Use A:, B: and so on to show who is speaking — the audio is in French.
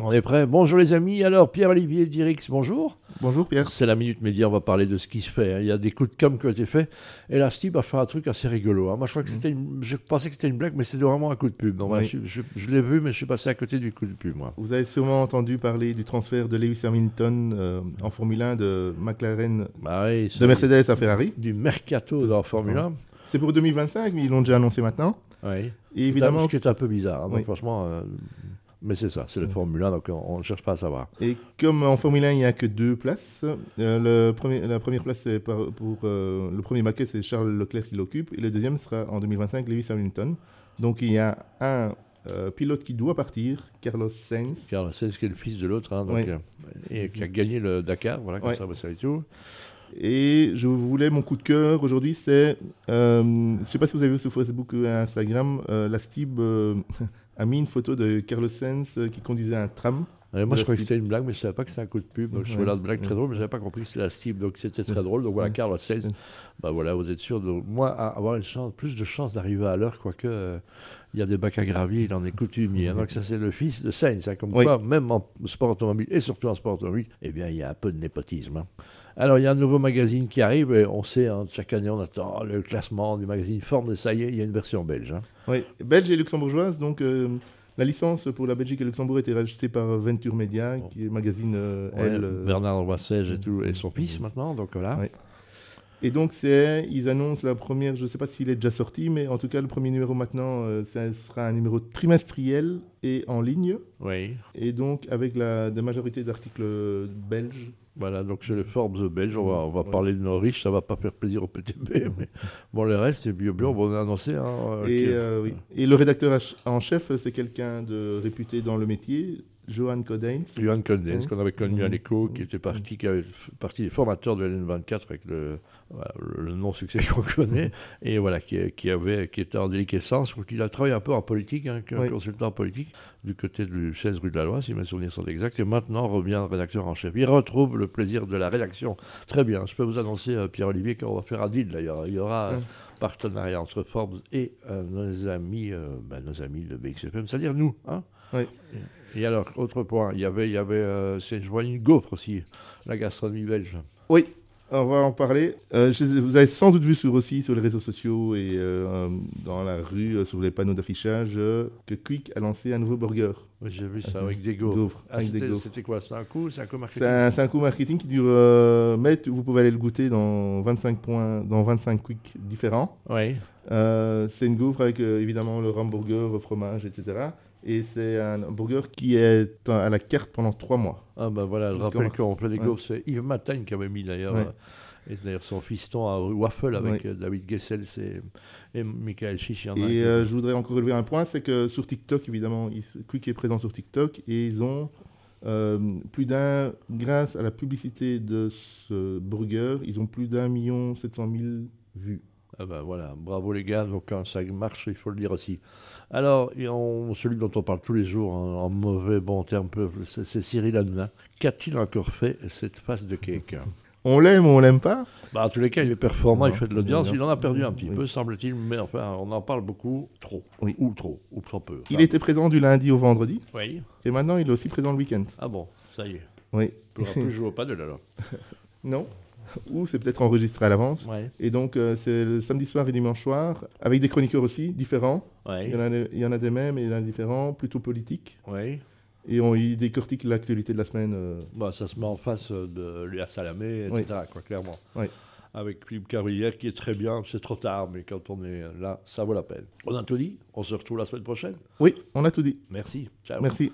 A: On est prêt. Bonjour les amis. Alors Pierre-Olivier Dirix, bonjour.
B: Bonjour Pierre.
A: C'est la minute média, on va parler de ce qui se fait. hein. Il y a des coups de com qui ont été faits. Et là, Steve a fait un truc assez rigolo. hein. Moi, je, crois que c'était une- je pensais que c'était une blague, mais c'était vraiment un coup de pub. Donc, voilà,
B: Mm. Oui.
A: je, je- je l'ai vu, mais je suis passé à côté du coup de pub, moi.
B: Vous avez sûrement entendu parler du transfert de Lewis Hamilton euh, en Formule 1 de McLaren,
A: Bah oui, c'est
B: de Mercedes à Ferrari.
A: Du mercato dans la Formule 1.
B: C'est pour 2025, mais ils l'ont déjà annoncé maintenant.
A: Oui.
B: Et
A: Évidemment.
B: évidemment,
A: Ce qui est un peu bizarre. hein. Donc,
B: Oui. Mm.
A: franchement. euh, Mais c'est ça, c'est la Formule 1, donc euh, on- on ne cherche pas à savoir.
B: et comme en Formule 1, il n'y a que deux places, euh, le premier, la première place, c'est par- pour euh, le premier maquet, c'est Charles Leclerc qui l'occupe, et le deuxième sera en 2025, Lewis Hamilton. Donc il y a un euh, pilote qui doit partir, Carlos Sainz.
A: Car c'est ce qui est le fils de l'autre, hein, donc,
B: Oui.
A: euh, et qui a gagné le Dakar, voilà, comme
B: Ouais.
A: ça, bah, ça et tout.
B: Et je voulais mon coup de cœur aujourd'hui, c'est, euh, je sais pas si vous avez vu sur Facebook ou Instagram, euh, la Stib euh, a mis une photo de Carlos Sainz euh, qui conduisait un tram.
A: Et Euh, moi,
B: De
A: je
B: la
A: croyais que
B: Stib.
A: c'était une blague, mais je savais pas que c'était un coup de pub. Donc, je
B: Ouais.
A: trouvais la blague très
B: Ouais.
A: drôle, mais je n'avais pas compris que c'était la cible. Donc, c'était très drôle. Donc, voilà,
B: Ouais.
A: Carlos Sainz,
B: Ouais.
A: bah voilà, vous êtes sûr de moi à avoir une chance, plus de chances d'arriver à l'heure, quoique euh, il y a des bacs à gravier, il en est coutumier. hein. Donc, ça, c'est le fils de Sainz. hein, comme
B: Oui.
A: quoi, même en sport automobile et surtout en sport automobile, eh bien, il y a un peu de népotisme. hein. Alors, il y a un nouveau magazine qui arrive et on sait, hein, chaque année, on attend le classement du magazine Forme, et ça y est, il y a une version belge. hein.
B: Oui, belge et luxembourgeoise, donc euh, la licence pour la Belgique et le Luxembourg a été rachetée par Venture Media, qui est magazine euh,
A: Ouais,
B: elle. euh,
A: Bernard Roissège et, tout, et son fils maintenant, donc voilà.
B: Ouais. Et donc, c'est, ils annoncent la première, je ne sais pas s'il est déjà sorti, mais en tout cas, le premier numéro maintenant, euh, ça sera un numéro trimestriel et en ligne.
A: Oui.
B: Et donc, avec la, la majorité d'articles belges.
A: Voilà, donc chez les Forbes belges, on va, on va
B: Ouais.
A: parler de nos riches, ça va pas faire plaisir au PTB, mais bon, le reste, c'est bio bio, on a annoncé. hein, euh,
B: Et,
A: que-
B: euh, oui. Et le rédacteur ach- en chef, euh, c'est quelqu'un de réputé dans le métier, Johan Codain.
A: Johan Condens,
B: Mhm.
A: qu'on avait connu à
B: Mhm.
A: l'écho, qui était parti, qui avait f- parti des formateurs de l'N24 avec le, voilà, le- le non-succès qu'on connaît, et voilà, qui, qui, avait, qui était en déliquescence, donc il a travaillé un peu en politique, hein, comme
B: Oui.
A: consultant en politique, du côté du 16 rue de la Loi, si mes souvenirs sont exacts, et maintenant revient rédacteur en chef. Il retrouve le plaisir de la rédaction. Très bien, je peux vous annoncer, euh, Pierre-Olivier, qu'on va faire un deal d'ailleurs. Il y aura un
B: Ouais.
A: partenariat entre Forbes et euh, nos, amis, euh, ben, nos amis de BXFM, c'est-à-dire nous, hein et alors, autre point, il y avait, il y avait euh, c'est- je vois une gaufre aussi, la gastronomie belge.
B: Oui, on va en parler. Euh, je- vous avez sans doute vu sur aussi sur les réseaux sociaux et euh, dans la rue, euh, sur les panneaux d'affichage, euh, que Quick a lancé un nouveau burger.
A: Oui, J'ai vu ça avec des gaufres.
B: Gaufres,
A: Ah,
B: avec des
A: c'était,
B: gaufres.
A: c'était quoi C'était un coup C'est un coup marketing
B: C'est un, c'est un coup marketing qui dure. euh, mais tu- vous pouvez aller le goûter dans 25 points, dans 25 Quick différents.
A: Oui.
B: Euh, c'est une gaufre avec euh, évidemment le hamburger, le fromage, etc. Et c'est un burger qui est à la carte pendant trois mois.
A: Ah ben voilà, je
B: Parce
A: rappelle
B: qu'on-
A: qu'on fait des
B: ouais.
A: gaufres, c'est Yves Matagne qui avait mis d'ailleurs,
B: Ouais.
A: euh, et d'ailleurs son fiston à Waffle avec euh, David Gessels et, et Michael Chiche. il y en a un qui-
B: Et euh, je voudrais encore relever un point, c'est que sur TikTok, évidemment, ils, Quick est présent sur TikTok et ils ont euh, plus d'un, grâce à la publicité de ce burger, ils ont plus d'un million sept cent mille vues.
A: Ah ben voilà, bravo les gars, donc hein, ça marche, il faut le dire aussi. Alors, et on- celui dont on parle tous les jours hein, en, en mauvais bon terme, peu- c'est c'est Cyril Hanouna. Qu'a-t-il encore fait cette face de cake hein
B: On l'aime ou on l'aime pas
A: Bah, en tous les cas, il est performant,
B: Ouais,
A: il fait de l'audience.
B: bien.
A: Il en a perdu un petit
B: Oui.
A: peu, semble-t-il, mais enfin, on en parle beaucoup trop.
B: Oui.
A: Ou trop, ou trop peu.
B: Il
A: Enfin,
B: était présent du lundi au vendredi
A: Oui.
B: et maintenant il est aussi présent le week-end.
A: Ah bon, ça y est.
B: Oui.
A: Tu n'auras plus joué au paddle alors.
B: Non Ou c'est peut-être enregistré à l'avance.
A: Ouais.
B: Et donc euh, c'est le samedi soir et dimanche soir, avec des chroniqueurs aussi, différents. Il y en a, il y en a des mêmes et il y en a différents, plutôt politiques.
A: Oui.
B: Et on y décortique l'actualité de la semaine. euh,
A: Bah, ça se met en face euh, de Léa Salamé, etc., quoi, clairement.
B: Oui.
A: Avec Philippe Carrière qui est très bien, c'est trop tard, mais quand on est là, ça vaut la peine. On a tout dit, on se retrouve la semaine prochaine.
B: Oui, on a tout dit.
A: Merci. Ciao.
B: Merci.